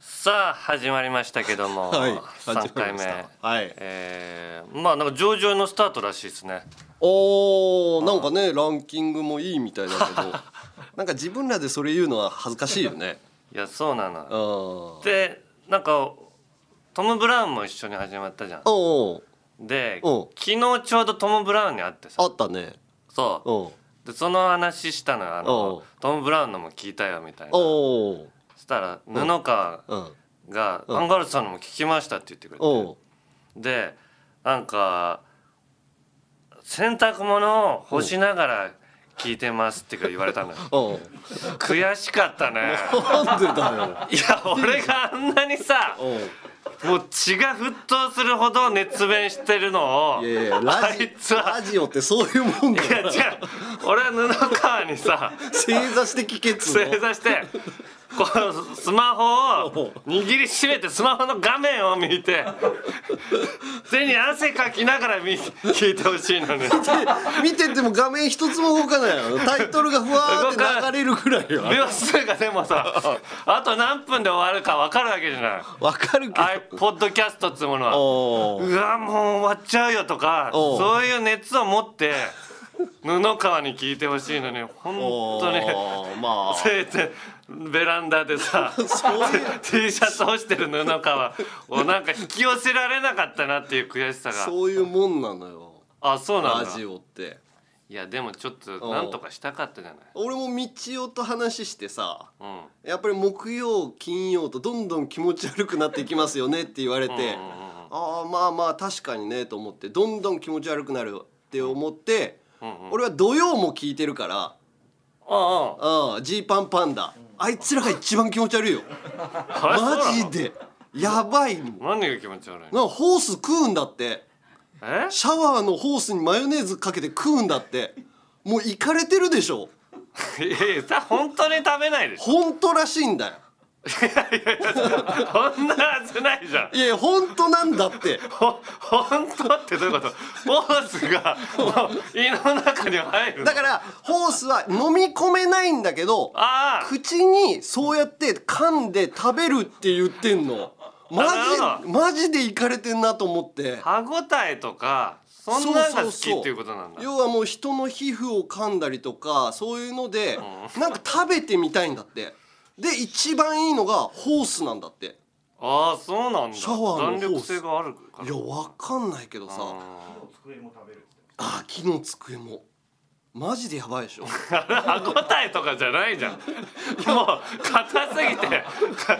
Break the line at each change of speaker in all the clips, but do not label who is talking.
さあ始まりましたけども、
はい
三回目
始まりましたはい
えーまあなんか上々のスタートらしいですね
おーなんかねランキングもいいみたいだけ どなんか自分らでそれ言うのは恥ずかしいよね
いやそうなの
あー
でなんかトム・ブラウンも一緒に始まったじゃん
おう
で
うん
昨日ちょうどトム・ブラウンに会って
おうあ
さ
ったね
そう
おう
でその話したのよあの
うん
トム・ブラウンのも聞いたよみたいなそ
おう
したら布川
うん
が「
うん
アンガールズさんのも聞きました」って言ってくれて
おう
でなんか「洗濯物を干しながら聞いてます」って言われた のよ
おう
悔しかった ね
なんでだ
いや俺があんなに さ
よ
もう血が沸騰するほど熱弁してるの
お
を
ういやいや
あ
ラジ
いつは
ラジオってそういうもん
いや
だ
違
よ
う俺は布川に さ
正座して聞けっつうの
正座してこのスマホを握りしめてスマホの画面を見て手に汗かきながら見聞いてほしいの に。
見てても画面一つも動かないよタイトルがふわーって流れるぐらいよ
秒数がでもさあと何分で終わるか分かるわけじゃない
わかるけど
あいポッドキャストっつうものは
おう
うわもう終わっちゃうよとか
おう
そういう熱を持って布川に聞いてほしいのに本当に
おうま あ
せいてベランダでさ
そういう
T シャツ干してる布川をなんか引き寄せられなかったなっていう悔しさが
そういうもんなのよ
あ そうなん
ラ
だ
ジオって
いやでもちょっとなんとかしたかったじゃない
俺もみちおと話してさ
うん
やっぱり木曜金曜とどんどん気持ち悪くなっていきますよねって言われて、
うんうんうん
ああまあまあ確かにねと思ってどんどん気持ち悪くなるって思って、
うんうん
俺は土曜も聞いてるから
あ
ああジーパンパンダあいつらが一番気持ち悪いよ
ああれそうな
マ
の
ジでやばいもん
何が気持ち悪いの
なんかホース食うんだって
え
シャワーのホースにマヨネーズかけて食うんだってもういかれてるでしょ
いやいやさ本当に食べないでしょ
本当らしいんだよ
そんなはずないじゃん
いや本当なんだって
ほ本当ってどういうことホースがもう胃の中に入るの
だからホースは飲み込めないんだけど
ああ
口にそうやって噛んで食べるって言ってんの
なる
マ
ほ
ジマジでいかれてんなと思って
歯ごたえとかそんなんが好きっていうことなんだ
要はもう人の皮膚を噛んだりとかそういうので、なんか食べてみたいんだってで一番いいのがホースなんだって
ああそうなんだ
シャワーのホー
弾
ス
力性があるから
いやわかんないけどさあ木の机もマジでやばいでしょ
歯ごたえとかじゃないじゃんもう硬すぎてか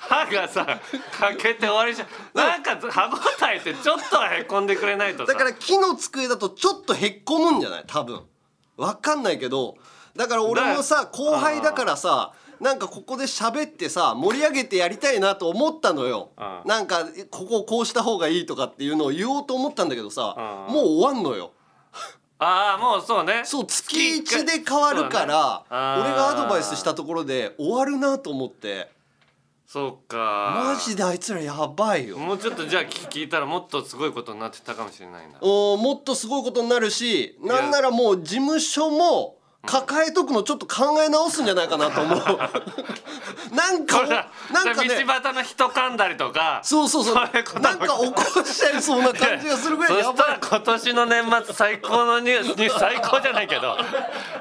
歯がさ欠けて終わりじゃんなんか歯ごたえってちょっとはへこんでくれないとさ
だから木の机だとちょっとへっこむんじゃない多分わかんないけどだから俺もさ後輩だからさなんかここで喋ってさ盛り上げてやりたいなと思ったのよ
うん
なんかえここをこうした方がいいとかっていうのを言おうと思ったんだけどさ
うん
もう終わんのよ
ああもうそうね
そう月1で変わるから
そうだね
俺がアドバイスしたところで終わるなと思って
そうか
マジであいつらやばいよ
もうちょっとじゃあ聞聞いたらもっとすごいことになってたかもしれないな
おもっとすごいことになるしなんならもう事務所も抱えとくのちょっと考え直すんじゃないかなと思うな
こ
んか
れさ
なんか
道
ね
端の人噛んだりとか
そうそうそう
そういうこと
なんか起こしちゃいそうな感じがするぐらい
そ
や
し
ば
た
い
ら今年の年末最高のニュースに 最高じゃないけど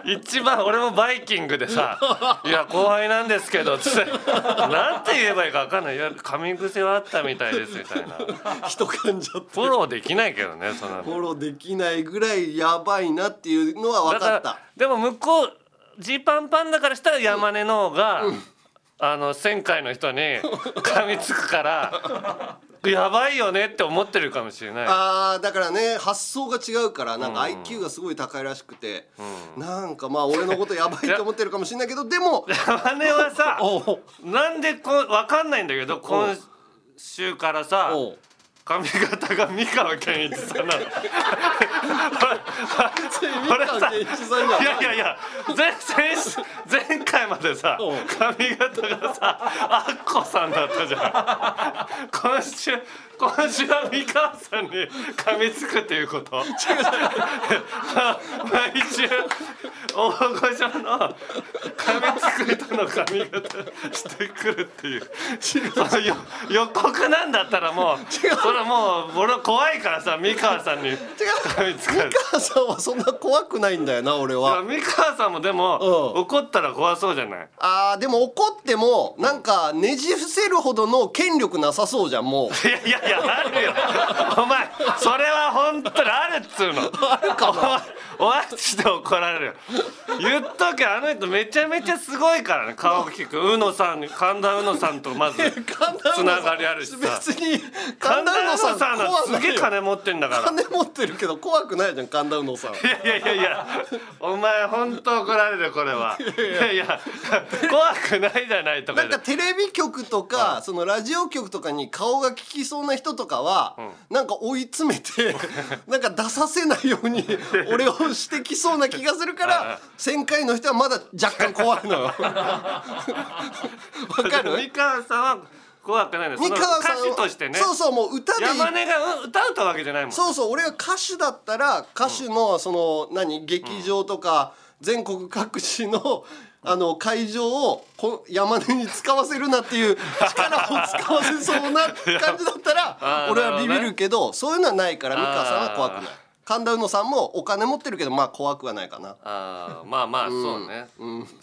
一番俺もバイキングでさ 「いや後輩なんですけど」つってなんて言えばいいか分かんない「いや噛み癖はあったみたいです」みたいなフ
人噛んじゃって
ォローできないけどねそんなの
フォローできないぐらいやばいなっていうのは分か
だ
っ
から
た
でも向こうジーパンパンだからしたら山根の方が、あの1,000回の人に噛みつくからやばいよねって思ってるかもしれない
あーだからね発想が違うからなんか IQ がすごい高いらしくて、なんかまあ俺のことやばいと思ってるかもしれないけどでも
山根はさ
おう
なんでこうわかんないんだけど今週からさ
おう
髪型が三河健一さんなの俺さ
三河健一さんじゃない
いやいやいや前先週前回までさ
うん
髪型がさアッコさんだったじゃん今週今週は三河さんに噛みつくっていうこと毎週大御所の髪作りとの髪型してくるっていうそのよ予告なんだったらもうそれはもう俺は怖いからさ三河さんに髪作る
美川さんはそんな怖くないんだよな俺は。
三河さんもでも、
うん
怒ったら怖そうじゃない
あーでも怒ってもなんかねじ伏せるほどの権力なさそうじゃんもう
いやいやいやあ るよお前それは本当にあるっつうのあるかお前おちで怒られるよ言っとけあの人めちゃめちゃすごいからね顔聞く宇野さん神田宇野さんと まず
神田
つ
うの
ながりあるしさ
別に
神
神
田
田
う
う
の
の
さ
さ
ん
ん
は
怖
すげえ
くないよ
金持ってんだから
金持ってるけど怖くないじゃん神田うのさん
いやいやいやお前本当怒られるこれはいやいや怖くないじゃないとか
なん
で
かテレビ局とかそのラジオ局とかに顔が効きそうな人とかはなんか追い詰 めてなんか出させないように俺をしてきそうな気がするから1000回の人はまだ若干怖 いのよわかる
三河さんは怖くないんだよそ
三
の
河
歌
さんは
手としてね
そうそうもう歌でい
山根がう歌うたわけじゃないもんね
そうそう俺が歌手だったら歌手のその何劇場とか全国各地のあの会場をこ山根に使わせるなっていう力を使わせそうな感じだった
あ
ら
ー
俺
なるほ
はビ
どね
ビるけどそういうのはないから美川さんは怖くない
あ
神田うのさんもお金持ってるけどまあ怖くはないかな
あーまあまあそうね、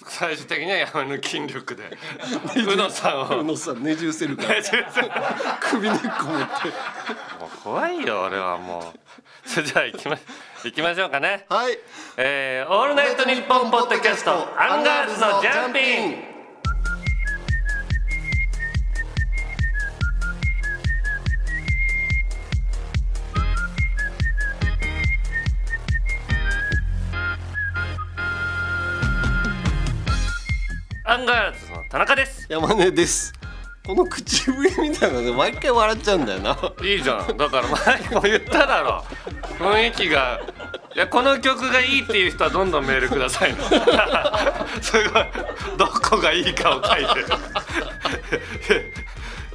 最終的には山の筋力 で宇野さんを
うのさんねじ伏せ るから首根っこ持って
もう怖いよ俺はもうそれじゃあ行きま行きましょうかね
はい
えー、オールナイトニッポンポッドキャストアンガールズのジャンピングアンガールズの田中です
山根ですこの口笛みたいなので毎回笑っちゃうんだよない
いじゃんだから前も言っただろ雰囲気がいやこの曲がいいっていう人はどんどんメールくださいねすごいどこがいいかを書いてる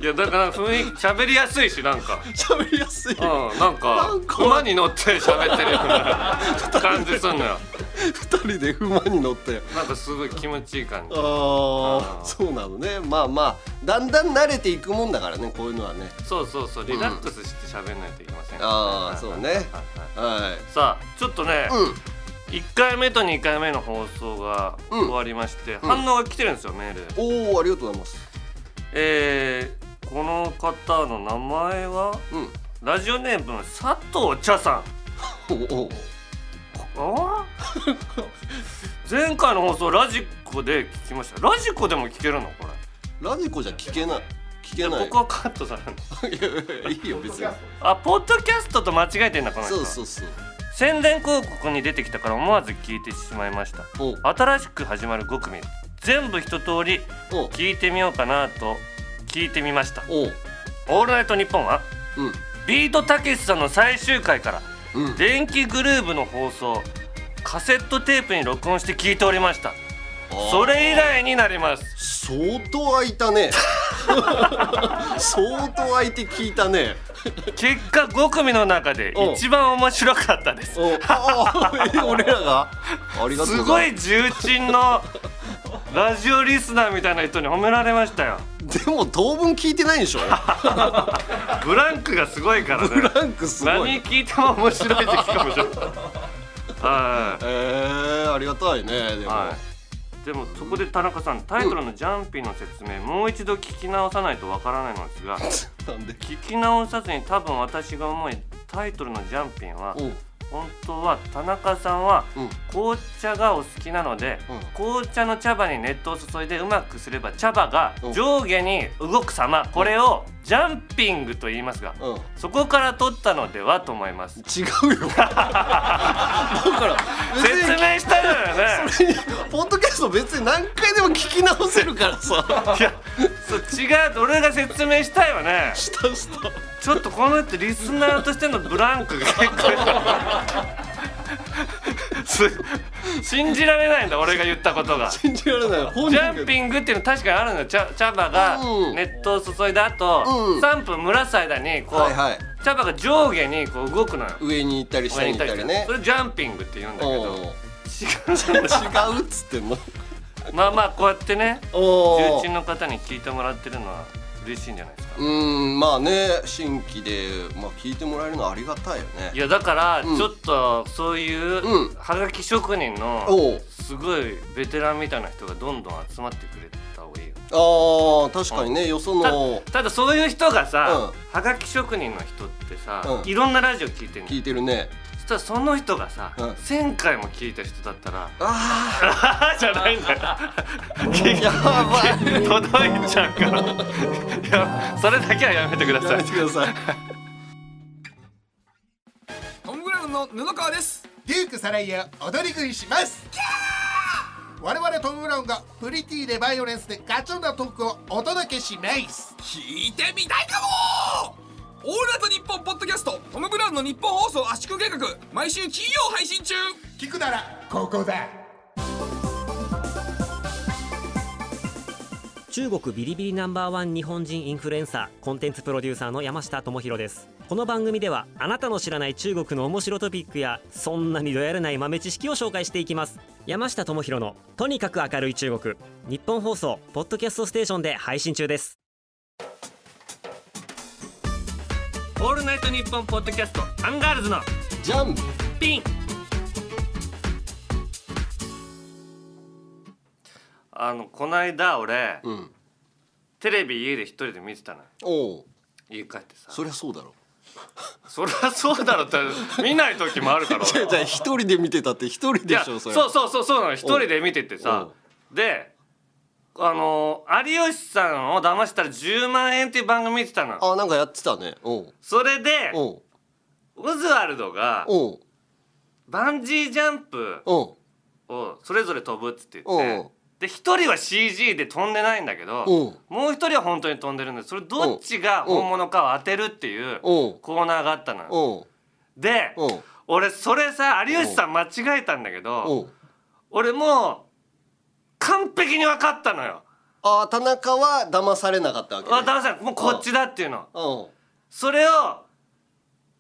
いやだから雰囲気喋りやすいしなんか
喋りやすい
うんなんか
なんか
馬に乗って喋ってるような感じすんのよ
二人で馬に乗って
なんかすごい気持ちいい感じ
ああそうなのねまあまあだんだん慣れていくもんだからねこういうのはね
そうそうそうリラックスして喋んないといけませんから
ああそうねは
さあちょっとね、
いうん
1回目と2回目の放送が終わりまして、
ん
反応が来てるんですよメールで、
おおありがとうございます
えーこの方の名前は
う
ラジオネーム佐藤茶さん
んおお
あー 前回の放送ラジコで聞きましたラジコでも聞けるのこれ
ラジコじゃ聞けない聞けな
こ
い
こはカットされるの
いやいやいいよ別に
あポッドキャストと間違えてんだこの人
そうそうそう
宣伝広告に出てきたから思わず聞いてしまいました
おう
新しく始まる5組全部一通り
おう
聞いてみようかなと聞いてみました
おう
「オールナイトニッポン」は
うん
ビートたけしさんの最終回から
うん
電気グルーヴの放送カセットテープに録音して聞いておりましたそれ以来になります
相当空いたね 相当空いて聞いたね
結果5組の中で
お
一番面白かったです
おああ俺らがありがとう
す
ござ
ご
い
い重鎮のラジオリスナーみたいな人に褒められましたよ
ますでも当分聞いてない でしょ
ブランクがすごいからね
ブランクすご
何
い
聞いても面白い時かもしれないは
えー、ありがたいねで
い
も、
はいでもそこで田中さんタイトルの「ジャンピー」の説明、もう一度聞き直さないとわからないのです が
なんで
聞き直さずに多分私が思いタイトルの「ジャンピン」は
おう
本当は田中さんは
うん
紅茶がお好きなので、
うん
紅茶の茶葉に熱湯を注いでうまくすれば茶葉が
うん
上下に動く様これをジャンピングと言いますが、
うん
そこから取ったのではと思います
違う よだから別
説
に
明したのよね
ポッドキャスト別に何回でも聞き直せるからさ
いやそう違う俺が説明したいよね
したした
ちょっとこの人リスナーとしてのブランクが結 構す信じられないんだ俺が言ったことが。
信じられない本
ジ
人
ャン
が
ピングっていうの確かにあるんだよ茶茶葉が
うん
熱湯を注いだ後、
うん
3分蒸らす間にこう、
はいはい
茶葉が上下にこう動くのよ
上に行ったり下に行ったりね
それジャンピングって言うんだけど
おう
違う
違うっつっても
まあまあこうやってね重
お
鎮の方に聞いてもらってるのは嬉しいんじゃないですか
うんまあね新規で、まあ、聞いてもらえるのはありがたいよ
い
ね
やだから
うん
ちょっとそういう
うん
はがき職人の
おう
すごいベテランみたいな人がどんどん集まってくれた方がいいよ
あー確かにねよその
たただそういう人がさ、
う
はがき職人の人ってさ、
うん
いろんなラジオ聞いてるの
聞いてる ね
そしたらその人がさ、
うん
1,000回も聞いた人だったら
あ
「あー じゃないんだよ
ーやばい
届いちゃうからいやそれだけはやめてくだ
や
さ
め
い
てください
トム・ブラウンの布川です
デュークサライヤを踊り食いします我々トム・ブラウンがプリティでバイオレンスでガチョンなトークをお届けします
聞いてみたいかもオールナイトニッポンポッドキャストトム・ブラウンの日本放送圧縮計画毎週金曜配信中
聞くならここだ
中国ビリビリナンバーワン日本人インフルエンサーコンテンツプロデューサーの山下智博ですこの番組ではあなたの知らない中国の面白トピックやそんなにどやらない豆知識を紹介していきます山下智博のとにかく明るい中国日本放送ポッドキャストステーションで配信中です
「オールナイトニッポン」ポッドキャストアンガールズの
ジャンプ
ピンあのこの間俺、
うん
テレビ家で一人で見てたのよ
おう
家帰ってさ
そりゃそうだろ
そりゃそうだろ って見ない時もあるから
じゃ
俺
あじゃあ一人で見てたって一人
い
で
や
しょそれ
そうそうそうそうなの一人で見ててさであの有吉さんを騙したら10万円っていう番組見てたの
あなんかやってたねおう
それで
おう
オズワルドが
おう
バンジージャンプ
おう
をそれぞれ飛ぶっつって言っ
お
て
う
で一人は CG で飛んでないんだけど
おう
もう一人は本当に飛んでるんでそれどっちが本物かを当てるっていう
おう
コーナーがあったのよ
おう
で
おう
俺それさ有吉さん間違えたんだけど
おう
俺もう完璧に分かったのよ。
あー田中は騙されなかったわけ、ね、
渡辺さんもうこっちだっていうの
うん
それを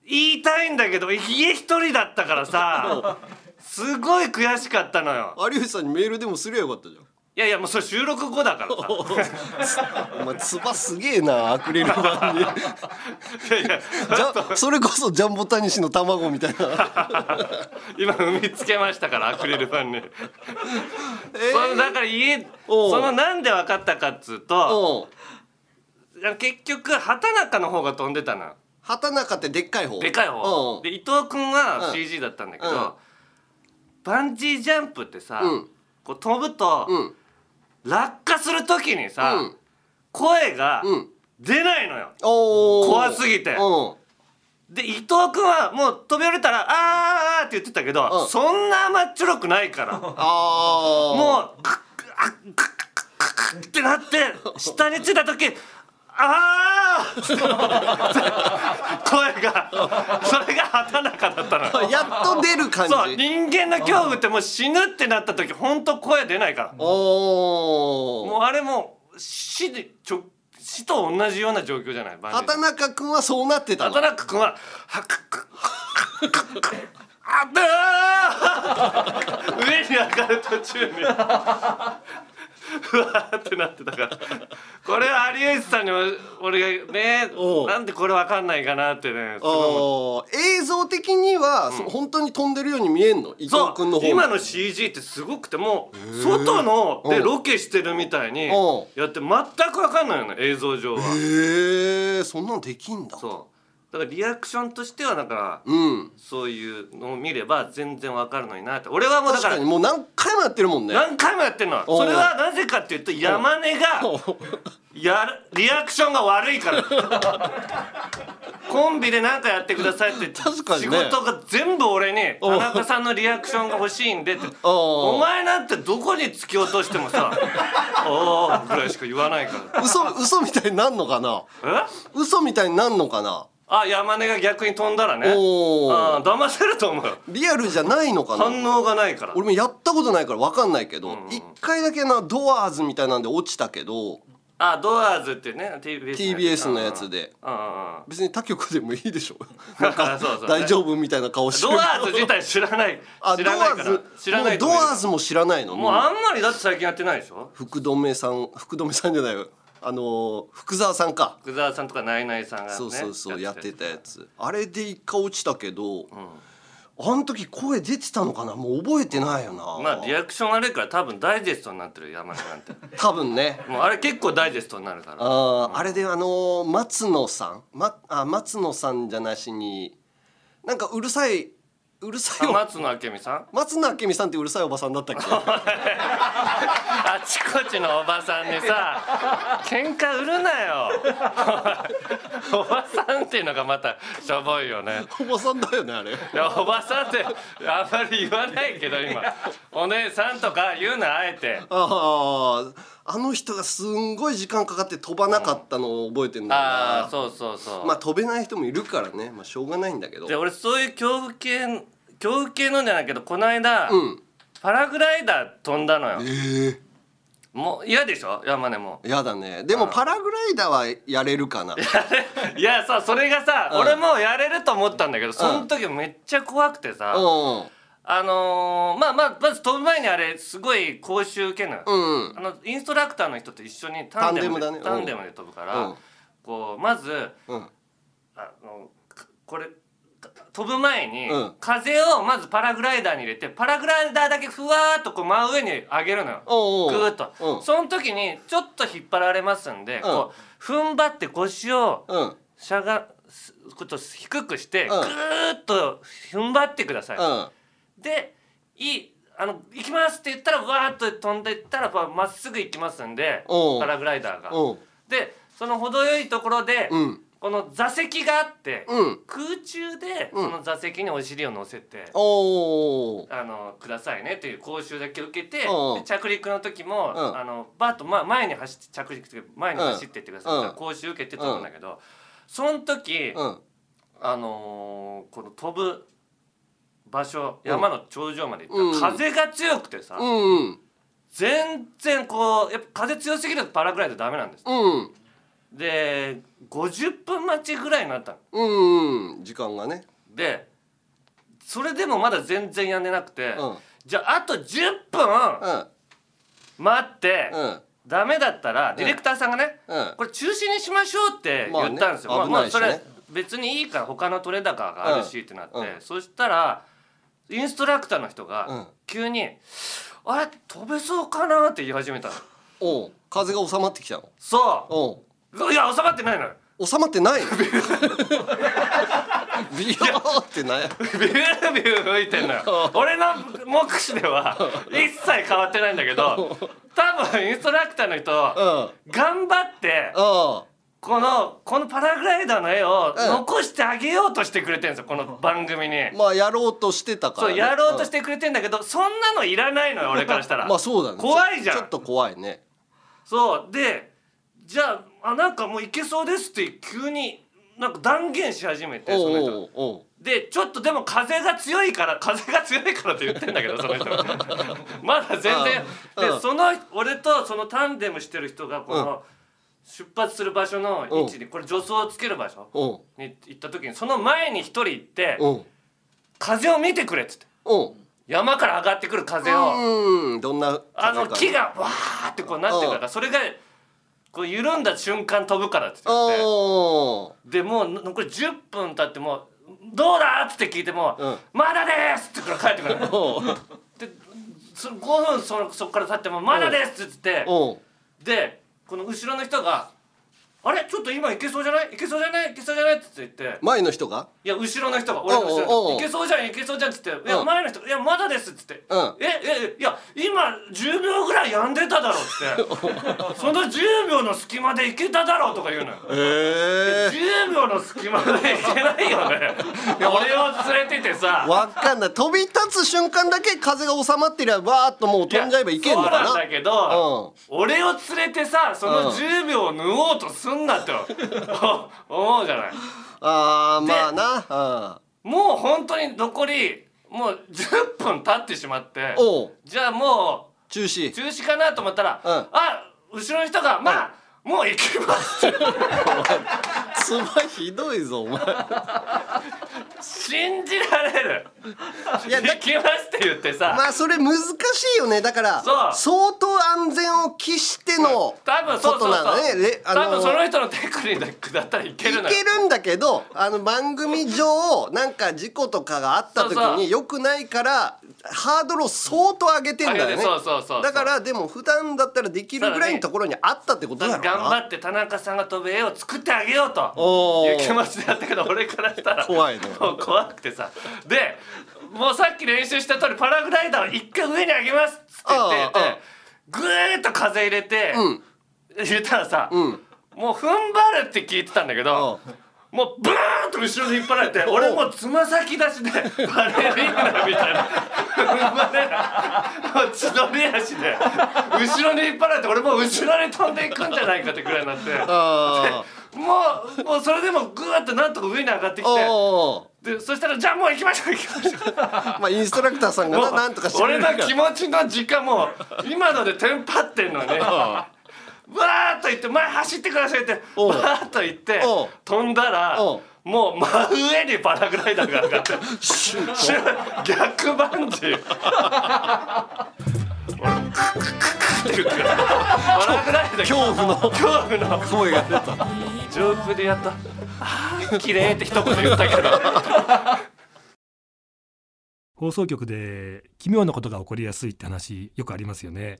言いたいんだけど家一人だったからさすごい悔しかったのよ
有吉さんにメールでもすりゃよかったじ
いやいやもうそれ収録後だからさ
ゃんお前つばすげえなアクリル板にじ
いやいや
ゃそれこそジャンボタニシの卵みたいな
今産みつけましたからアクリル板に、
え
そのだから家
おう
そのなんで分かったかっつうと
ー、うん
結局畑中の方が飛んでたのよ
畑中ってでっかい方
でかい方、
うん
で伊藤君は
うん
CG だったんだけど、
うん
バンジージャンプってさ、
うん
こう飛ぶと、
うん
落下する時にさ、
うん
声が
うん
出ないのよ、
おー
怖すぎて
うん
で伊藤君はもう飛び降りたら「あーあー」って言ってたけど、
うん
そんな甘っちょろくない からもう
あー
クックックックックックッってなって下についた時「あー」声がそれが畑中だったのよ。
やっと出る感
そう
じ
人間の恐怖ってもう死ぬってなった時ほんと声出ないから
お
も
お
うあれもう死でちょ死と同じような状況じゃないバンジー
畑中君はそうなってたの
畑中君は「はくくあっぶー!」上に上がる途中にふわーってなってたからこれは有吉さんにも俺がね
おう
なんでこれわかんないかなってねすごい思っ
おー映像的には、そ本当に飛んでるように見えんの伊藤
そ
君の
う
方
今の CG ってすごくてもう外ので
うん
ロケしてるみたいに
うん
やって全く分かんないのよ映像上は
へえそんなのできんだ
そうだからリアクションとしてはだから
うん
そういうのを見れば全然分かるのになって俺はもうだ
確
か
からにもう何回もやってるもんね
何回もやってんの
おう
それはなぜかっていうと山根がやるリアクションが悪いからコンビで何かやってくださいって
確かに
仕
ね
事が全部俺に
お
田
う
中さんのリアクションが欲しいんでって
おう
お前なんてどこに突き落としてもさ 「おー」ぐらいしか言わないか
嘘嘘みたいになんのかな
らえ
嘘みたいになんのかな
あ山根が逆に飛んだらね
おー
あー騙せると思うよ
リアルじゃないのかな
反応がないから
俺もやったことないから分かんないけど
ん
一、回だけなドアーズみたいなんで落ちたけど
あドアーズってね TBS
TBS のやつで
うんうんうん
別に他局でもいいでし ょ
なんかそうそう
大丈夫みたいな顔して
ド
る
アーズ自体知らない
あ
知
ド
らない
ア
か
ー
ら
ズ
知らないと
もう
思う
ドアーズも知らないの
もうあんまりだって最近やってないでしょ
福留さん福留さんじゃないよあのー福沢さんか
福沢さんとかナイナイさんが、ね、
そうそうそうやってたやつあれで一回落ちたけど、あの時声出てたのかなもう覚えてないよな、
まあリアクション悪いから多分ダイジェストになってるよ山根なんて
多分ね
もうあれ結構ダイジェストになるから
あーあれであのー松野さん、ま、あ松野さんじゃなしになんかうるさいうるさい
あ
お
松野明美さん
松野明美さんってうるさいおばさんだったっけ
あちこちのおばさんにさ喧嘩売るなよ おばさんっていうのがまたしょぼいよね
おばさんだよねあれ
いやおばさんってあんまり言わないけど今お姉さんとか言うなあえて
あーあの人がすんごい時間かかって飛ばなかったのを覚えてんだよな、
ああそうそうそう、
まあ飛べない人もいるからね、まあ、しょうがないんだけど
で俺そういう恐怖系の恐怖系のじゃないけどこの間、
うん
パラグライダー飛んだのよもう嫌でしょ山根も
やだねでもパラグライダーはやれるかな
いやさそれがさ、
ん
俺もやれると思ったんだけどその時めっちゃ怖くてさ、
う
あのーまあまあまず飛ぶ前にあれすごい講習受けなの、
んうん
あのインストラクターの人と一緒にタンデムでタ
タンデムだ
ンデ
ね
ム,、
うん
で飛ぶから、
うん
こうまず
うん
あのかこれか飛ぶ前に、
うん
風をまずパラグライダーに入れてパラグライダーだけふわーっとこう真上に上げるのよ
おうおう
ぐーっと、
うん
その時にちょっと引っ張られますんで、こう踏ん張って腰を
うん
しゃがすこと低くして、
ん
ぐーっと踏ん張ってください、
うん
でいいあの行きますって言ったらわーっと飛んでいったらこうまっすぐ行きますんで
おう
パラグライダーが。
うん
でその程よいところで、
うん
この座席があって、
うん
空中でその座席にお尻を乗せて、
おお
あのくださいねという講習だけ受けて、
うん
で着陸の時も、
うん
あのバーッと、ま、前に走って着陸というか前に走っていってください、
うん
だから講習受けて飛ぶんだけど、その時、
うん
あのーこの飛ぶ場所山の頂上まで行
うん
ったら、風が強くてさ、
うんうん
全然こうやっぱ風強すぎるとパラグライダーダメなんです。
うん
で50分待ちぐらいになったの。
うんうん時間がね
でそれでもまだ全然やんでなくて、
うん
じゃああと10分
うん
待って、
うん
ダメだったらディレクターさんがね、
うん
これ中止にしましょうって
まあね
言ったんですよ、
危ないしね
それ別にいいから他のトレーダーがあるしってなって、
うんうん
そしたらインストラクターの人
うん
が急に「あれ飛べそうかな?」って言い始めたの
おう風が収まってきたの
そ
おう
ういや収まってないのよ
収まって ないビヨーってない
ビュービュー吹いてんのよ 俺の目視では一切変わってないんだけど多分インストラクターの人
うん
頑張って
あ
このこのパラグライダーの絵を
うん
残してあげようとしてくれてるんですよこの番組に
あまあやろうとしてたから、
そう
ね、、
やろうとしててくれてんだけどそんなのいらないのよ俺からしたら
まあそうだね
怖いじゃ
ちょちょ
ん
っと怖いね
そうでじゃああなんかもういけそうですって急になんか断言し始めてその人が
おうおうおう
でちょっとでも風が強いから風が強いからって言ってんだけどその人 まだ全然
うんう
で
ん
その俺とそのタンデムしてる人がこ
うん
の出発する場所の位置にこれ助走をつける場所
おう
に行った時にその前に一人行って
おう
「風を見てくれ」っつって
おう
山から上がってくる風を
うんどんな
あの木
が
がわーってこうなってるか
う
らそれがこう緩んだ瞬間飛ぶからって言って。
おう
でもうの残り10分経ってもう「どうだ?」って聞いても「
うん
まだです!」ってから帰ってくる の
おう
でそ5分そのそこから経っても「まだです!」って言っ
おう
てでこの後ろの人が「あれちょっと今いけそうじゃないいけそうじゃないいけそうじゃない」って言って
前の人が
いや後ろの人が俺の後ろ
おうおうおう
いけそうじゃんいけそうじゃん」っつって「いや
うん
前の人いやまだです」っつって「
うん
ええいや今10秒ぐらいやんでただろ」って その10秒の隙間でいけただろうとか言うのよ。
へ え
10秒の隙間でいけないよねいや俺を連れててさ
わかんない飛び立つ瞬間だけ風が収まってりゃわーっともう飛んじゃえばいけんのかな
やそうなんだけど、俺を連れてさその
うん
10秒を縫おうとすんなと 思うじゃない
あーまあな
もう本当に残りもう10分経ってしまって
うんおう
じゃあも
中
う
止
中止かなと思ったら、
うん
あ後ろの人が「まあ、もう行きますって
つばひどいぞ お前
信じられる
いやだ
行きますって言ってさ、
まあそれ難しいよねだから
そう
相当安全を期しての
多分そ
こ
うそ
と
う
なの
そ
ね
う、
れあ
多分そ
の
の人のテクニックだったらいける
い
の
け
よ
るんだけどあの番組上なんか事故とかがあった時
そうそう
に良くないからハードルを相当上げてんだ
上げ
よ
て
ね
そうそうそうそう
だからでも普段だったらできるぐらいのところにあったってことだろ
頑
うな
張って田中さんが飛ぶ絵を作ってあげよう
お
と
ー
いう気持ちでやったけど俺からしたら
怖いね
もう怖くてさでもうさっき練習した通りパラグライダーを一回上に上げますっつって言って
ああああ
てぐーっと風入れて、
うん
言ったらさ、
うん
もう踏ん張るって聞いてたんだけど。もうブーンと後ろに引っ張られて俺もうつま先出しでバレリーナみたいな踏ん張れないもう血のり足で後ろに引っ張られて俺もう後ろに飛んでいくんじゃないかってぐらいになって
あ
もうもうそれでもグーってなんとか上に上がってき
ーお
てでそしたらじゃあもう行きましょう行きましょう
ーまあインストラクターさんが
も
な
う
なんとかしてく
俺
れるか
の
ら
気持ちの時間もう今のでテンパってんのねわーっと行って前走ってくださいってわ
おう
ーっと行って
おう
飛んだら
おう
もう真上にパラグライダーが上がって
シュッ
シュッ逆バンジー俺もククククって言うからパラグライダー
恐怖の
恐怖の
声が出た
上空でやった「あー綺麗って一言言ったけど
放送局で奇妙なことが起こりやすいって話よくありますよね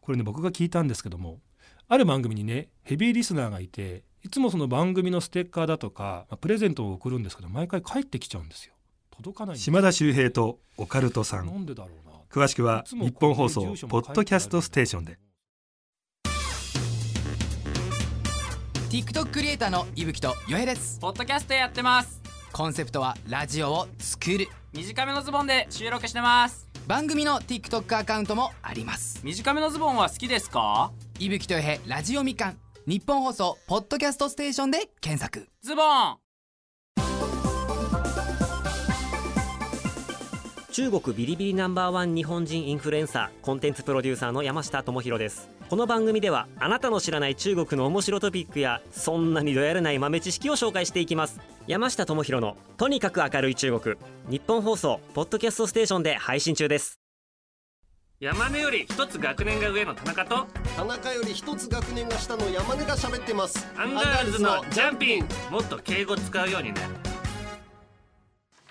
これね僕が聞いたんですけどもある番組にねヘビーリスナーがいていつもその番組のステッカーだとか、まあプレゼントを送るんですけど毎回帰ってきちゃうんですよ届かないんですよ
島田秀平とオカルトさ
なんんでだろうな
詳しくは日本放送ポッドキャストステーションで
TikTok クリエイターの伊吹とよへです
ポッドキャストやってます
コンセプトはラジオを作る
短めのズボンで収録してます
番組の TikTok アカウントもあります
短めのズボンは好きですか
伊吹とよへラジオみかん日本放送ポッドキャストステーションで検索
ズボン
中国ビリビリナンバーワン日本人インフルエンサーコンテンツプロデューサーの山下智博ですこの番組ではあなたの知らない中国の面白トピックやそんなにどやれない豆知識を紹介していきます山下智博のとにかく明るい中国日本放送ポッドキャストステーションで配信中です
山根より一つ学年が上の田中と
田中より一つ学年が下の山根が喋ってます
アンガールズのジャンピンもっと敬語使うようにね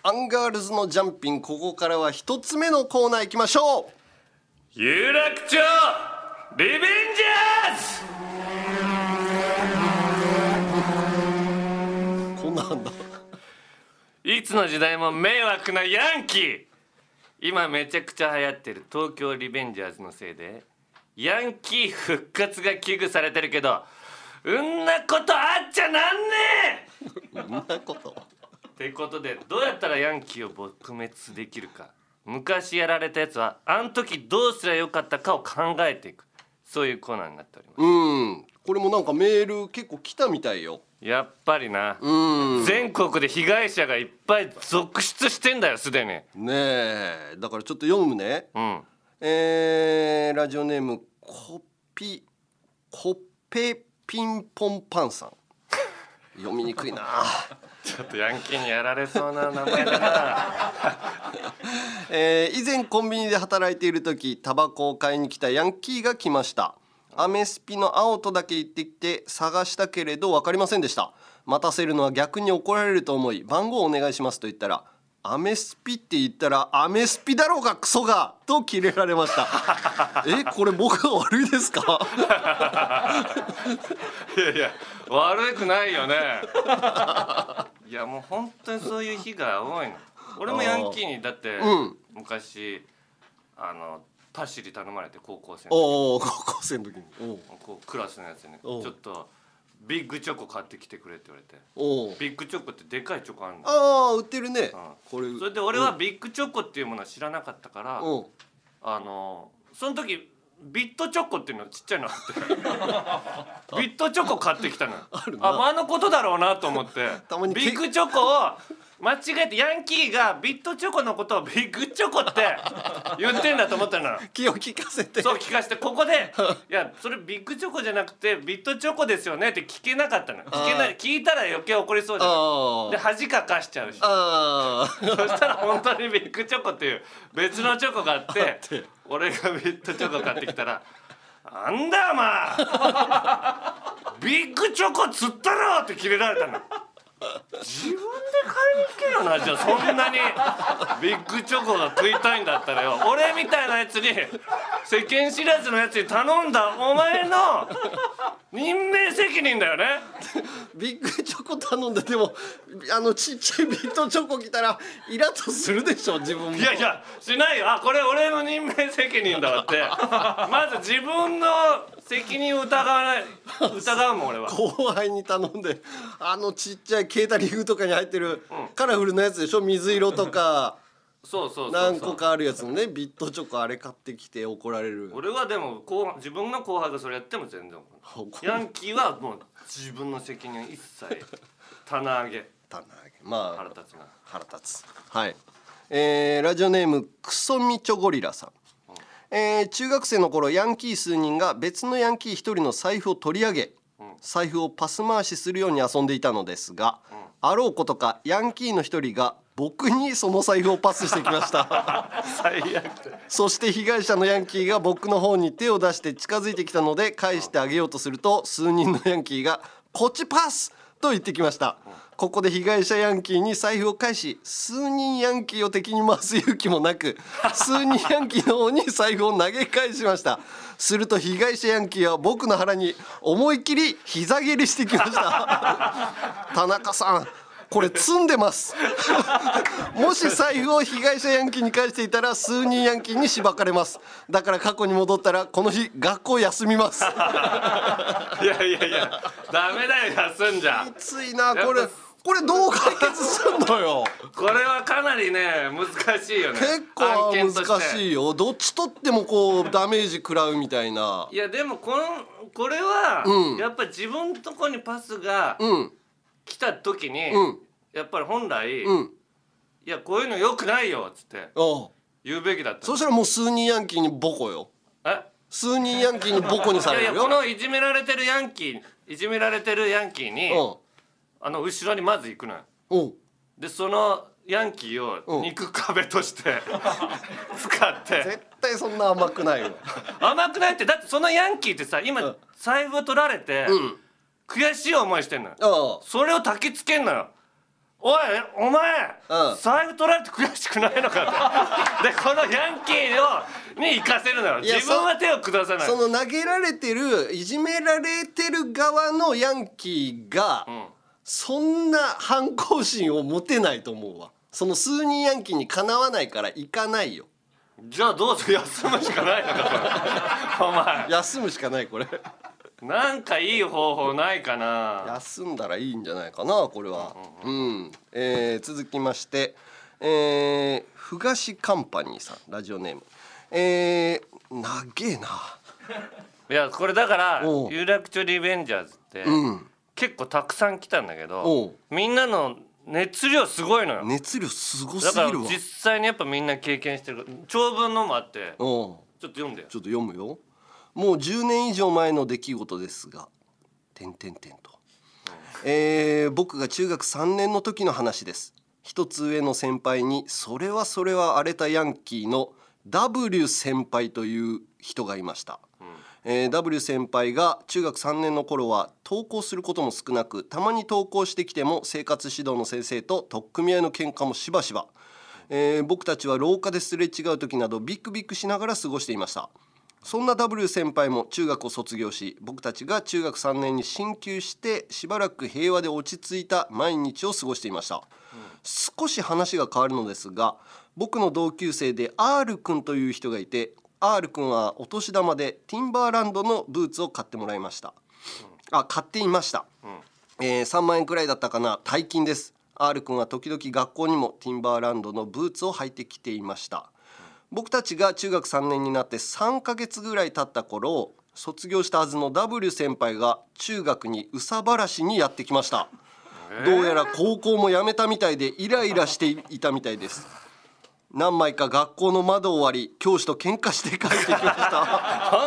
アンガールズのジャンピンここからは一つ目のコーナー行きましょう
有楽町リベンジャ
こんなん
ー
だ
ズいつの時代も迷惑なヤンキー今めちゃくちゃ流行ってる東京リベンジャーズのせいでヤンキー復活が危惧されてるけどうんなことあっちゃなんねえ
こんなこと
ってことでどうやったらヤンキーを撲滅できるか昔やられたやつはあの時どうすりゃよかったかを考えていくそういうコーナーになっております
うんこれもなんかメール結構来たみたいよ
やっぱりな、
うんね
全国で被害者がいっぱい続出してんだよすでに
えだからちょっと読むね
うん
えー、ラジオネームコピコペピンポンパンさん読みにくいな
ちょっとヤンキーにやられそうな名前だな
えー以前コンビニで働いている時タバコを買いに来たヤンキーが来ましたアメスピの青とだけ言ってきて探したけれど分かりませんでした待たせるのは逆に怒られると思い番号をお願いしますと言ったらアメスピって言ったらアメスピだろうがクソがとキレられましたえこれ僕が悪いですか
いやいや悪くないよね いやもう本当にそういう日が多いの俺もヤンキーにだって
うん
昔あのパシリ頼まれて高校生の時
おお高校生の時におう
こうクラスのやつにち
おう
ょっとビッグチョコ買ってきてくれって言われて
おう
ビッグチョコってでかいチョコあるの
ああ売ってるね
あ
これ
それで俺はビッグチョコっていうものは知らなかったから、
うんうん
あのその時ビットチョコっていうのちっちゃいのあ ってビットチョコ買ってきたのよあ
るな
まああのことだろうなと思って
たまにけ
ビッグチョコを間違えてヤンキーがビットチョコのことをビッグチョコって言ってんだと思ったの
気を利かせて
そう聞かせてここ で「いやそれビッグチョコじゃなくてビットチョコですよね」って聞けなかったの聞けない聞いたら余計怒りそうじゃ
あ
ん
ー
で恥かかしちゃうし
ああ
そしたら本当にビッグチョコっていう別のチョコがあって俺がビットチョコ買ってきたら「なんだよお前ビッグチョコ釣ったろ!」ってキレられたの。自分で買いに行けよなじゃあそんなにビッグチョコが食いたいんだったらよ俺みたいなやつに世間知らずのやつに頼んだお前の任命責任だよね
ビッグチョコ頼んででもあのちっちゃいビットチョコ来たらイラッとするでしょ自分も
いやいやしないよあこれ俺の任命責任だわ ってまず自分の責任を疑わない疑うもん俺は
後輩に頼んであのちっちゃいケータリングとかに入ってるカラフルなやつでしょ水色とか
そうそうそうそう
何個かあるやつのねビットチョコあれ買ってきて怒られる
俺はでも後輩自分の後輩がそれやっても全然怒ら
怒
ないヤンキーはもう自分の責任一切棚上げ
たなま
腹
あ
立つな
腹立つはいえーラジオネームクソミチョゴリラさんえー中学生の頃ヤンキー数人が別のヤンキー一人の財布を取り上げ財布をパス回しするように遊んでいたのですが、あろうことかヤンキーの一人が僕にその財布をパスしてきました
最悪
そして被害者のヤンキーが僕の方に手を出して近づいてきたので返してあげようとすると数人のヤンキーが「こっちパス!」と言ってきましたここで被害者ヤンキーに財布を返し数人ヤンキーを敵に回す勇気もなく数人ヤンキーの方に財布を投げ返しましたすると被害者ヤンキーは僕の腹に思いっきり膝蹴りしてきました田中さんこれ積んでます もし財布を被害者ヤンキーに返していたら数人ヤンキーにしばかれますだから過去に戻ったらこの日学校休みます
いやいやいやダメだよ休んじゃ
きついなこれこれどう解決すんのよ
これはかなりね難しいよね
結構
案件とて
難しいよどっち取ってもこうダメージ食らうみたいない
やでもこのこれは、
うん
やっぱ自分とこにパスが
うん
来た時に、
うん
やっぱり本来、
う
い
ん
やこういうのよくないよっつって
おう
言うべきだった
そしたらもう数人ヤンキーにボコよ
え
数人ヤンキーにボコに
い
さ
やい
れ
や
る
こ
よ
のいじめられてるヤンキーいじめられてるヤンキーに、あの後ろにまず行くのよ
うんうん
でそのヤンキー
う
を
ん
肉壁として 使って
絶対そんな甘くないよ
甘くないってだってそのヤンキーってさ今、
うん
財布取られて、
うん
悔しい思いしてんのよ
あ
それを焚きつけんのよおいお前、
うん
財布取られて悔しくないのか ってでこのヤンキーをに行かせるのよ
いや
自分は手を下さない
その投げられてるいじめられてる側のヤンキーが、
ん
そんな反抗心を持てないと思うわその数人ヤンキーにかなわないから行かないよ
じゃあどうぞ休むしかないのか それお前
休むしかないこれ
なんかいい方法ないかな
休んだらいいんじゃないかなこれはうん、えー続きましてえー、ふがしカンパニーさんラジオネームえー、なげえない
やこれだから
おう
有楽町リベンジャーズって、
うん
結構たくさん来たんだけ
お
ど
う
みんなの熱量すごいのよ、
熱量すご
だ
す
から
ぎるわ
実際にやっぱみんな経験してる長文のもあってちょっ
うん
と読んでよ
ちょっと読むよ。もう10年以上前の出来事ですが、てんてんてんと。えー僕が中学3年の時の話です。一つ上の先輩に、それはそれは荒れたヤンキーの W 先輩という人がいました。えー W 先輩が中学3年の頃は登校することも少なくたまに登校してきても生活指導の先生と取っ組み合いの喧嘩もしばしば、えー僕たちは廊下ですれ違う時などビックビックしながら過ごしていましたそんな W 先輩も中学を卒業し僕たちが中学3年に進級してしばらく平和で落ち着いた毎日を過ごしていました、少し話が変わるのですが僕の同級生で R 君という人がいて R 君はお年玉でティンバーランドのブーツを買ってもらいました、あ買っていました、えー3万円くらいだったかな大金です R 君は時々学校にもティンバーランドのブーツを履いてきていました僕たちが中学3年になって3ヶ月ぐらい経った頃卒業したはずの W 先輩が中学に憂さ晴らしにやってきましたどうやら高校も辞めたみたいでイライラしていたみたいです何枚か学校の窓を割り教師と喧嘩して帰ってきました
そ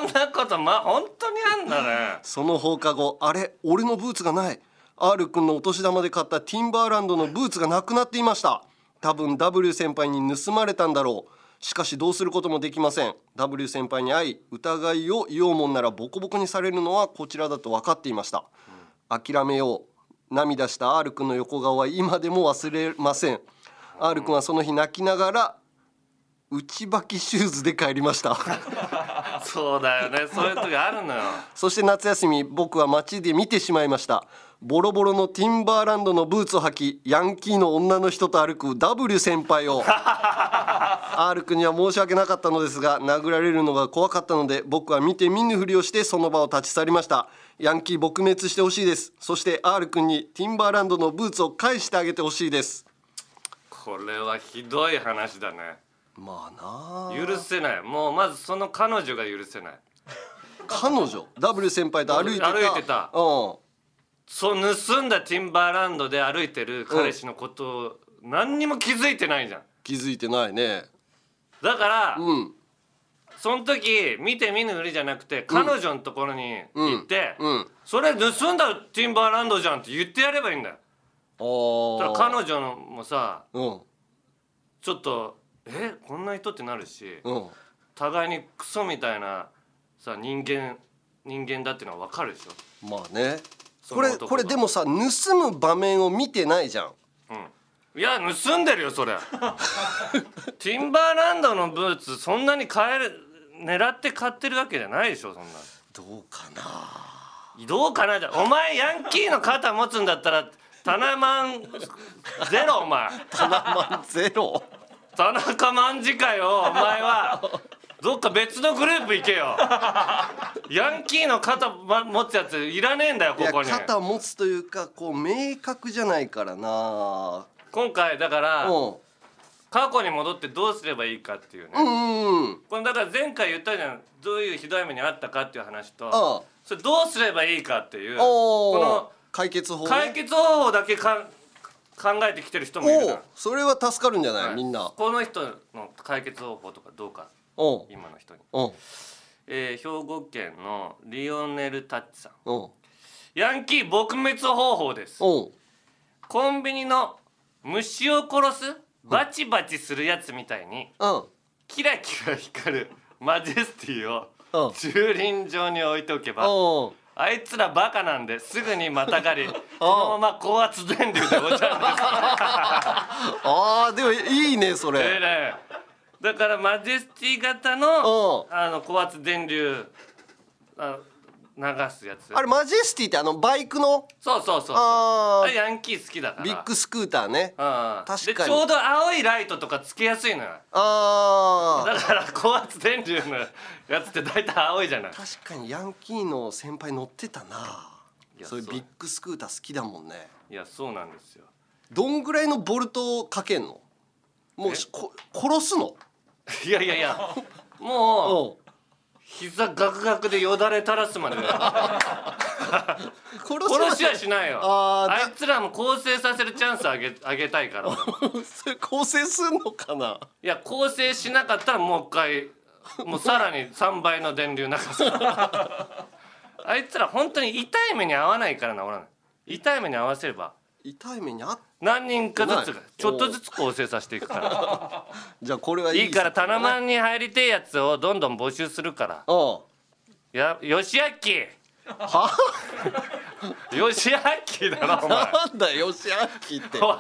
んなことま本当にあんだね
その放課後あれ俺のブーツがない R 君のお年玉で買ったティンバーランドのブーツがなくなっていました多分 W 先輩に盗まれたんだろうしかしどうすることもできません W 先輩に会い疑いを言おうもんならボコボコにされるのはこちらだと分かっていました諦めよう涙した R 君の横顔は今でも忘れません R 君はその日泣きながら内履きシューズで帰りました
そうだよねそういう時あるのよ
そして夏休み僕は街で見てしまいましたボロボロのティンバーランドのブーツを履きヤンキーの女の人と歩く W 先 輩を R 君には申し訳なかったのですが殴られるのが怖かったので僕は見て見ぬふりをしてその場を立ち去りましたヤンキー撲滅してほしいですそして R 君にティンバーランドのブーツを返してあげてほしいです
これはひどい話だね
まあなあ
許せないもうまずその彼女が許せない
彼女 W 先輩と歩いてた
歩いてた
うん
そう盗んだティンバーランドで歩いてる彼氏のことを何にも気づいてないじゃん
気づいてないね
だから、
うん
その時見て見ぬふりじゃなくて彼女のところに行って、
うんうん
それ盗んだティンバーランドじゃんって言ってやればいいんだよ
あ
だから
あ
彼女のもさ
うん
ちょっとえこんな人ってなるし、
うん
互いにクソみたいなさ人間人間だってのは分かるでしょ
まあね
そ
こ
の
れ
男が
これでもさ盗む場面を見てないじゃん
いや盗んでるよ それティンバーランドのブーツそんなに買える狙って買ってるわけじゃないでしょそんな
どうかな
どうかなじゃお前ヤンキーの肩持つんだったらタナマンゼロお前
タナマンゼロ
田中卍かよお前はどっか別のグループ行けよヤンキーの肩ま持つやついらねえんだよ
い
こ
や
こに
肩持つというかこう明確じゃないからな
今回だから
うん
過去に戻ってどうすればいいかっていうね、
うんうん
これだから前回言ったじゃんどういうひどい目にあったかっていう話と
ああ
それどうすればいいかっていう
お
こ
お解決法
の
ね
解決方法だけかん考えてきてる人もいる
お
か
うそれは助かるんじゃない、
ら
みんな
この人の解決方法とかどうか
うんうん
今の人に、
うん
えー兵庫県のリオネル・タッチさん
うん
ヤンキー撲滅方法ですコンビニの虫を殺すバチバチするやつみたいに
うん
キラキラ光るマジェスティを
うん
駐輪場に置いておけば
うん
あいつらバカなんですぐにまたがりそのまま高圧電流でお茶ゃんです
あーでもいいねそ
ええ
れ
ねだからマジェスティ型
う
のあの高圧電流あ流すやつ
あれマジェスティってあのバイクの
そうそうそうそう
あ
あ
ー
れヤンキー好きだから
ビッグスクーターね
うん
確
で
かに
ちょうど青いライトとかつけやすいのよ
ああ
だから高圧電流のやつって大体青いじゃない
確かにヤンキーの先輩乗ってたない
や
そういう
そう
ビッグスクーター好きだもんね
いやそうなんですよ
どんぐらいのボルトをかけんのもうしこ殺すの
いやいやいやもう
うん
膝ガクガクでよだれ垂らすま でだよ
殺す
殺しはしないよ
あ
あ
ーだ
いつらも更生させるチャンスあげあげたい からい
それ構成すんのかな
や更生しなかったらもう一回もうさらに3倍の電流流す あいつら本当に痛い目に遭わないからな俺ら痛い目に遭わせれば
痛い目にあっ
何人かずつ
ない
ちょっとずつ構成させていくから
じゃあこれはいい
いいから
作
棚
品だね
マンに入りてえやつをどんどん募集するから
うん
やよしあき
は
よしあきだろお前
なんだよしあきってお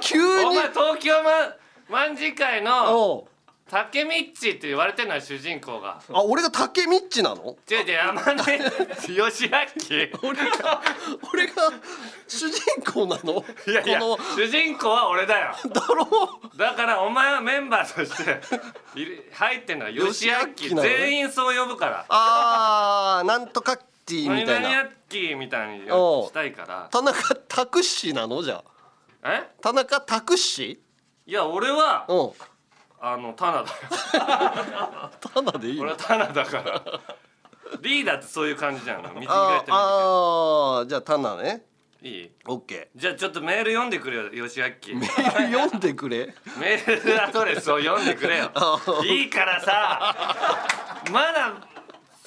急
お
に
前東京ま卍会の
お
タケミッチって言われてるのよ主人公が
あ俺が竹ミッチなの
違う違う山根義明
俺が俺が主人公なの
いやいや
こ
主人公は俺だよ
のだろ
だからお前はメンバーとしている入ってんのは義
義明
明
なのね
全員そう呼ぶから
あーなんとかっち
何
みたい
々ヤ
な
ッキーみたいに
おう
したいから
田中拓司なのじゃあ
え
田中拓司
いや俺は
うん
あのタナだよ
田中でいい
俺
の
はタナだからリーダーってそういう感じじゃん見違えてるみたい
あーあーじゃあ田中ね
いい
オッケ
じゃあちょっとメール読んでくれよ吉明メ
ー。 読んでくれ。
メールアドレスを読んでくれよいいからさまだ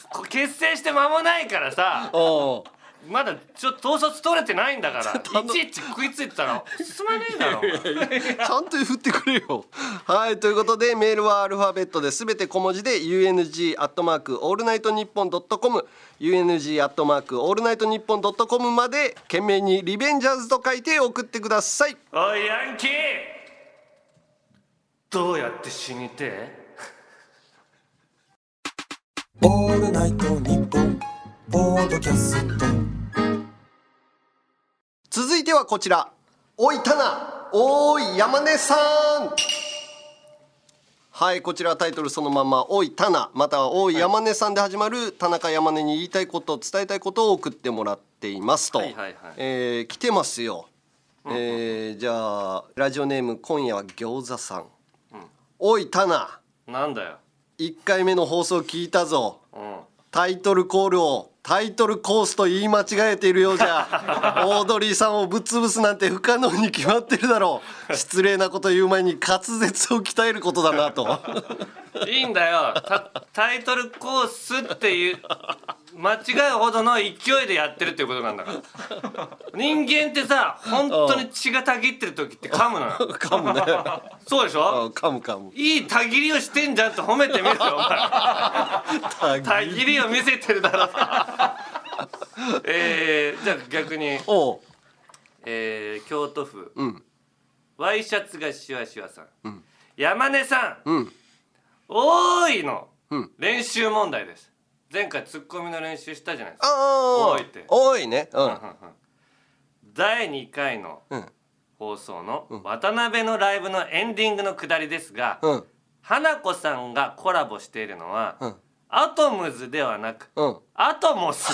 こ結成して間もないからさ
おう
まだちょっと統率取れてないんだからいちいち食いついてたら進まねえだろお前
ちゃんと振ってくれよ。はい、ということで、メールはアルファベットで、すべて小文字で、U. N. G. アットマークオールナイトニッポンドットコム。U. N. G. アットマークオールナイトニッポンドットコムまで、懸命にリベンジャーズと書いて送ってください。
おいヤンキーどうやって死にてえ
オールナイトニッポンポードキャスト
続いてはこちら。おい、たな。おーい、山根さん。はいこちらはタイトルそのまんま「おいたな」または「おい山根さん」で始まる田中山根に言いたいこと伝えたいことを送ってもらっていますと、
はいはいはい
えー来てますよ、えーじゃあラジオネーム今夜は餃子さん「おいたな
なんだよ
1回目の放送聞いたぞ
うん
タイトルコールをタイトルコースと言い間違えているようじ ゃオードリーさんをぶっ潰すなんて不可能に決まってるだろ う失礼なこと言う前に滑舌を鍛えることだな と。
いいんだよタタイトルコースっていう間違うほどの勢いでやってるっていうことなんだから人間ってさ本当に血がたぎってる時って噛むのよ
噛むね。
そうでし
あ
ょ
噛む噛む。
いいたぎりをしてんじゃんって褒めてみるよお前
たぎ
たぎりを見せてるだろえー、じゃあ逆に、
おう
えー、京都府、
ん
ワイシャツがシワシワさん、山根さん、
うん
おーいの
うん
練習問題です前回ツッコミの練習したじゃないですか
あー
おいって
おいね。うん。
第2回の
うん
放送の渡辺のライブのエンディングのくだりですが、
うん
花子さんがコラボしているのは、
うん
アトムズではなく、
うん。
アトモ ス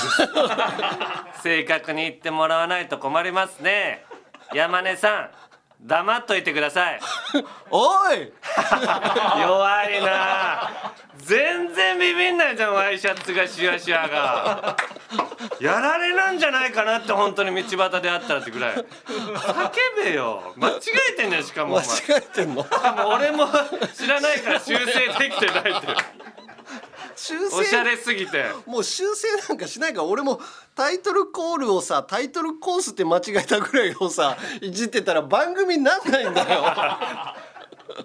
正確に言ってもらわないと困りますね山根さん黙っといてください
おい。
弱いなあ全然ビビんないじゃんワイシャツがシワシワがやられなんじゃないかなって本当に道端であったらってぐらい叫べよ間違えてんねんしかもお
間
前
違え てんの。
もう俺も知らないから修正できてないって
修
おしゃ
正。
れすぎて
もう修正なんかしないから俺もタイトルコールをさタイトルコースって間違えたぐらいをさいじってたら番組になんないんだよ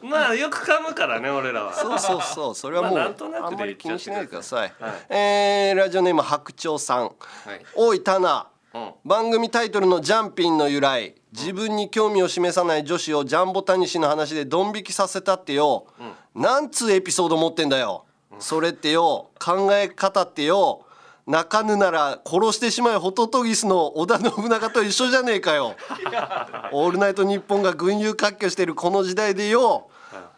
まあよく噛むからね俺らは
そうそうそうそれはもう、
まあ
あ
なんとなくで
んまり気にしないでください、
言っちゃってく
えーラジオネーム白鳥さ
は
ん、
い
おいタナ
うん
番組タイトルの「ジャンピン」の由来自分に興味を示さない女子をジャンボタニシの話でドン引きさせたってよ、なんつうエピソード持ってんだよ、それってよ考え方ってよ泣かぬなら殺してしまえホトトギスの織田信長と一緒じゃねえ かよオールナイトニッポンが群雄割拠してるこの時代でよ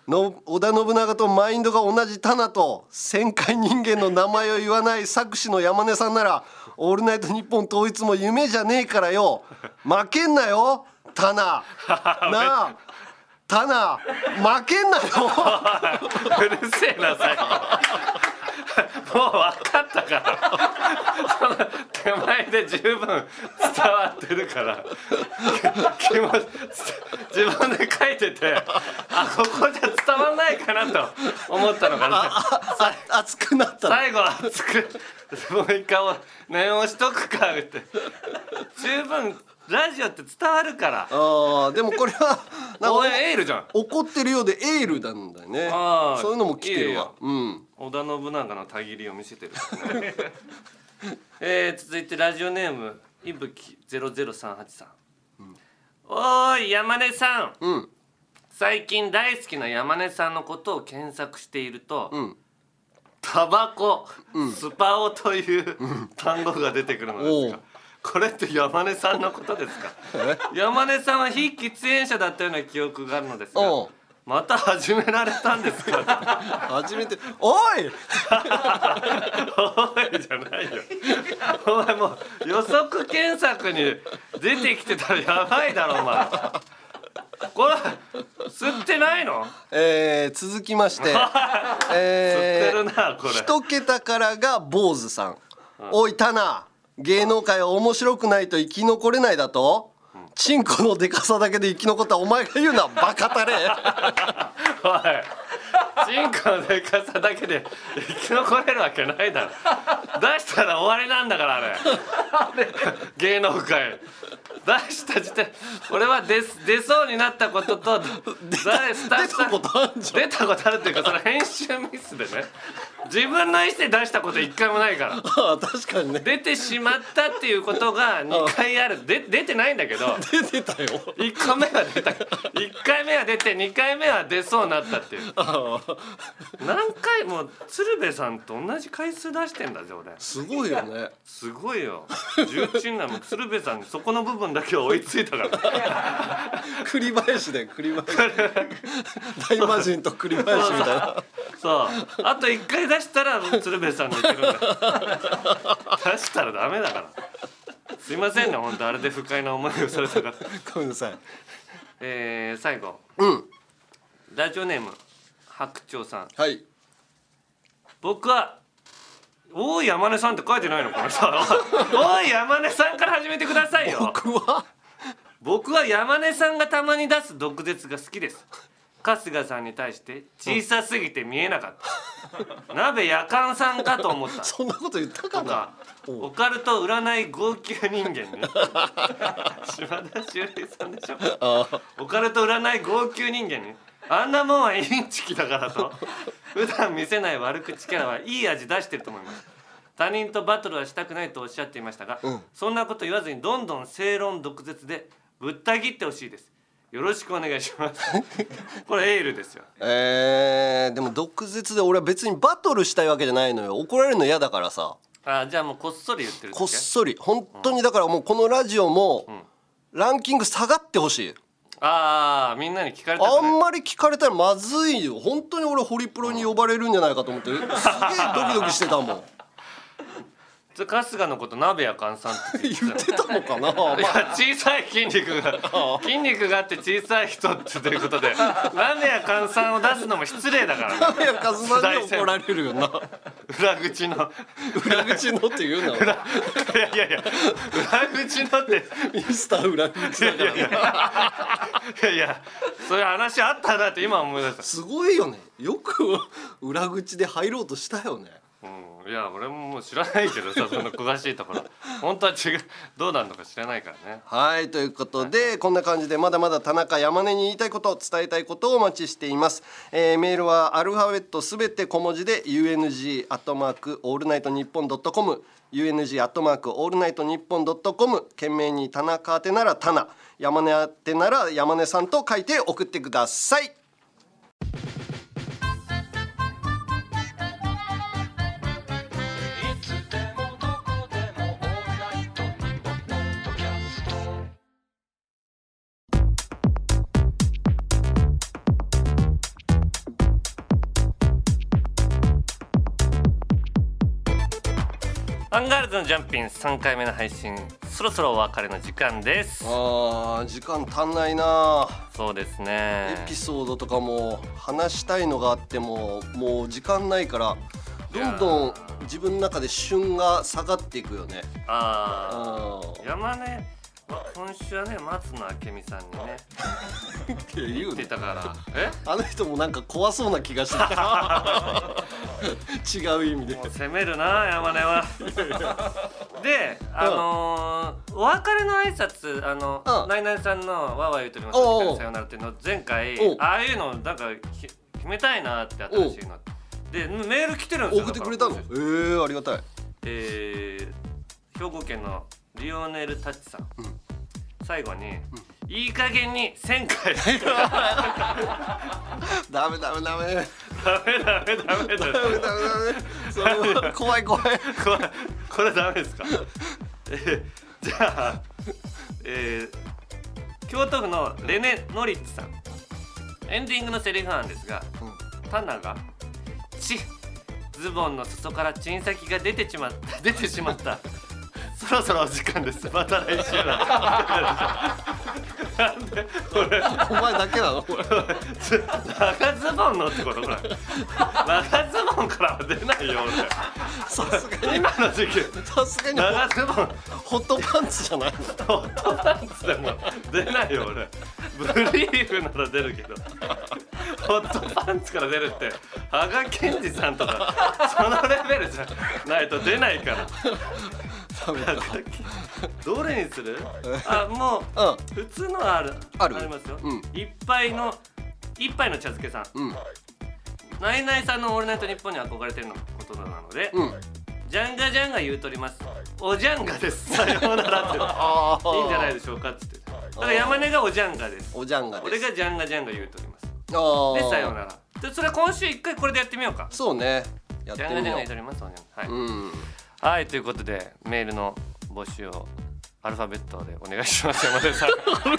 の織田信長とマインドが同じタナと戦艦人間の名前を言わない作詞の山根さんなら「オールナイトニッポン」統一も夢じゃねえからよ負けんなよタ ナなあタナ負 けんなよ
うるせえな最後もう分かったからその手前で十分伝わってるから気気持ち自分で書いててあここじゃ伝わんないかなと思ったのかな
あ熱くなったな
最後は熱くもう一回お念を押しとくかって十分ラジオって伝わるから
あーでもこれはなん
応
か
援エールじゃん
怒ってるようでエールなんだよね
あー
そういうのも来てる
いい
わ
よ
うん
織田信長のたぎりを見せてる、ねえー、続いてラジオネームいぶき0038さん、おーい山根さん
うん
最近大好きな山根さんのことを検索していると、
ん
タバコ、スパオという単語が出てくるのですが
おう
これって山根さんのことですか山根さんは非喫煙者だったような記憶があるのですが
おう
また始められたんですか
初めて「おい!」
おいじゃないよお前もう予測検索に出てきてたらやばいだろお前これ吸ってないの
えー続き まして、えー
吸ってるなこれ
一桁からが坊主さん、おいタナ芸能界は面白くないと生き残れないだとチンコのでかさだけで生き残ったお前が言うなバカたれ
おいチンコのでかさだけで生き残れるわけないだろ出したら終わりなんだからあれ芸能界出した時点俺は出す出そうになったことと誰スタッフさん
出たことあんじ
出たことあるっていうかその編集ミスでね自分の意思で出したこと一回もないから
ああ確かにね
出てしまったっていうことが2回あるで出てないんだけど
出てたよ
1個目は出た1回目は出て2回目は出そうになったっていう
ああ
何回も鶴瓶さんと同じ回数出してんだぜ俺
すごいよね
すごいよ重鎮なの鶴瓶さんにそこの部分だけは追いついたから
栗林で栗林大魔神と栗林みたいな
そうあと1回出したら鶴瓶さんにいけるんだ出したらダメだからすいませんね本当あれで不快な思いをされたから
ごめんなさい
えー、最後
うん
ラジオネーム白鳥さん
はい
僕は「おい山根さん」って書いてないのこの人「おい山根さん」から始めてくださいよ
僕は
僕は山根さんがたまに出す毒舌が好きです春日さんに対して小さすぎて見えなか った、鍋やかんさんかと思った
そんなこと言ったか
と
な
かオカルト占い号泣人 間に島田秀平さんでしょ
ああ
オカルト占い号泣人間にあんなもんはインチキだからと普段見せない悪口キャラはいい味出してると思います他人とバトルはしたくないとおっしゃっていましたが、そんなこと言わずにどんどん正論毒舌でぶった切ってほしいですよろしくお願いし ますこれエールですよ
えー、でも毒舌で俺は別にバトルしたいわけじゃないのよ怒られるの嫌だからさ
あじゃあもうこっそり言ってるだけ
こっそり本当にだからもうこのラジオもランキング下がってほしい
ああみんなに聞かれた
あ
く
ん
ない
まり聞かれたらまずいよ本当に俺ホリプロに呼ばれるんじゃないかと思ってすげえドキドキしてたもん
ちょ春日のこと鍋やかんさんって言
言
っ
って
たの
てたのかな、ま
い
あ
や小さい筋肉が 筋肉があって小さい人ってということでなんでやかんさんを出すのも失礼だから、ね、
いやカズマに怒られるよな
裏口の
裏口のっ て言うな俺
いやいやいや裏口のって
ミスター裏口だからね
いやいやそういう話あったなって今思い出し
すごいよねよく裏口で入ろうとしたよね
た、うん、いや俺ももう知らないけどさその詳しいところ本当は違うどうなるのか知らないからね
はいということで、こんな感じでまだまだ田中山根に言いたいこと伝えたいことをお待ちしています、えーメールはアルファベットすべて小文字で UNG アットマークオールナイトニッポンドットコム UNG アットマークオールナイトニッポンドットコム懸命に田中宛てなら田名山根宛てなら山根さんと書いて送ってください
アンガールズのジャンピン3回目の配信そろそろお別れの時間です
あー時間足んないな
そうですね
エピソードとかも話したいのがあってももう時間ないからどんどん自分の中で旬が下がっていくよね。
ああ
う
山根まあ今週はね松野明美さんにね
んって言う
来て
ね
たからえ
あの人もなんか怖そうな気がしてきた違う意味で
もう攻めるな山根 はであのーお別れの挨拶あの、
うん
ナイナイさんの「わーわー言うとります
おうおう
さよなら」っていうの前回
おう
ああいうのなんかき決めたいなって新しいのでメール来てるんですよ
送ってくれたの
だ
え
から
ー、ありがたい
えー兵庫県のリオネル・タッチさん、最後に、いい加減に1000回」
ダメダメ
ダメダメダ
ダメダメ
メダメ
ダメダメそれは怖い怖い
これこれダメですか。 えーじゃあ、えー京都府のレネノリッチさん。エンディングのセリフなんですが、タナがチッズボンの裾からチン先が出てしまった出てし まった。そろそろお時間です。また来週だ。
お前だけなのこれ
長ズボンのってことこれ長ズボンからは出ないよ
さすが
俺
に
今の時期
さすがに
長ズボン
ホットパンツじゃない
ホットパンツでも出ないよ俺ブリーフなら出るけどホットパンツから出るって羽賀健二さんとかそのレベルじゃないと出ないから
ダメだ
どれにするあもう
うん
普通のはある
ある
りますよ、
うん
一杯の一杯の茶漬けさん
うん
ナイナイさんの「オールナイトニッポン」に憧れてるのことなので、
うん
ジャンガジャンガ言うとりますおジャンガですさようならって
ああ
いいんじゃないでしょうかっつってだから山根がおジャンガです
おじゃんがです
俺がジャンガジャンガ言うとります
あ
で
あ
さようならでそれ今週一回これでやってみようか
そうねやっ
ジ
て
ャンガ
み
ジャンガ
よ、
言うとりますおジャンガはいう
うん
はいということでメールの募集をアルファベットでお願いします山根さん
ア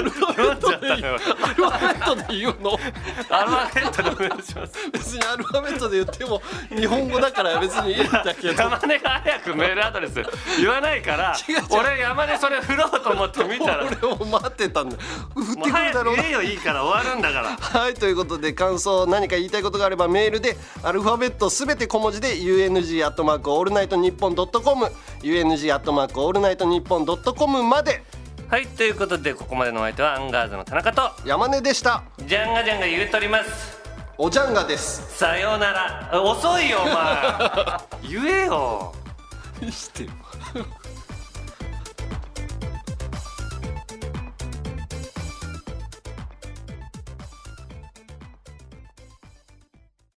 ルファベ
読
ッ
んじ
ト
ゃったね
アルファベットで言うの
俺アルファベットでお願いします
別にアルファベットで言っても日本語だから別にいいんだけど
山根が早くメールアドレス言わないから
違う違う
俺山根それ振ろうと思って見たらも
俺も待ってたんだ振って
う
くるだ
早く
ろうな
言えよいいから終わるんだから
はいということで感想何か言いたいことがあればメールでアルファベットすべて小文字で UNG アットマークオールナイトニッポンドットコム UNG アットマークオールナイトニッポンドットコムまで
はいということでここまでのお相手はアンガールズの田中と
山根でした
ジャンガジャンが言うとります
おじゃんがです
さようなら遅いよお前言えよ
してよ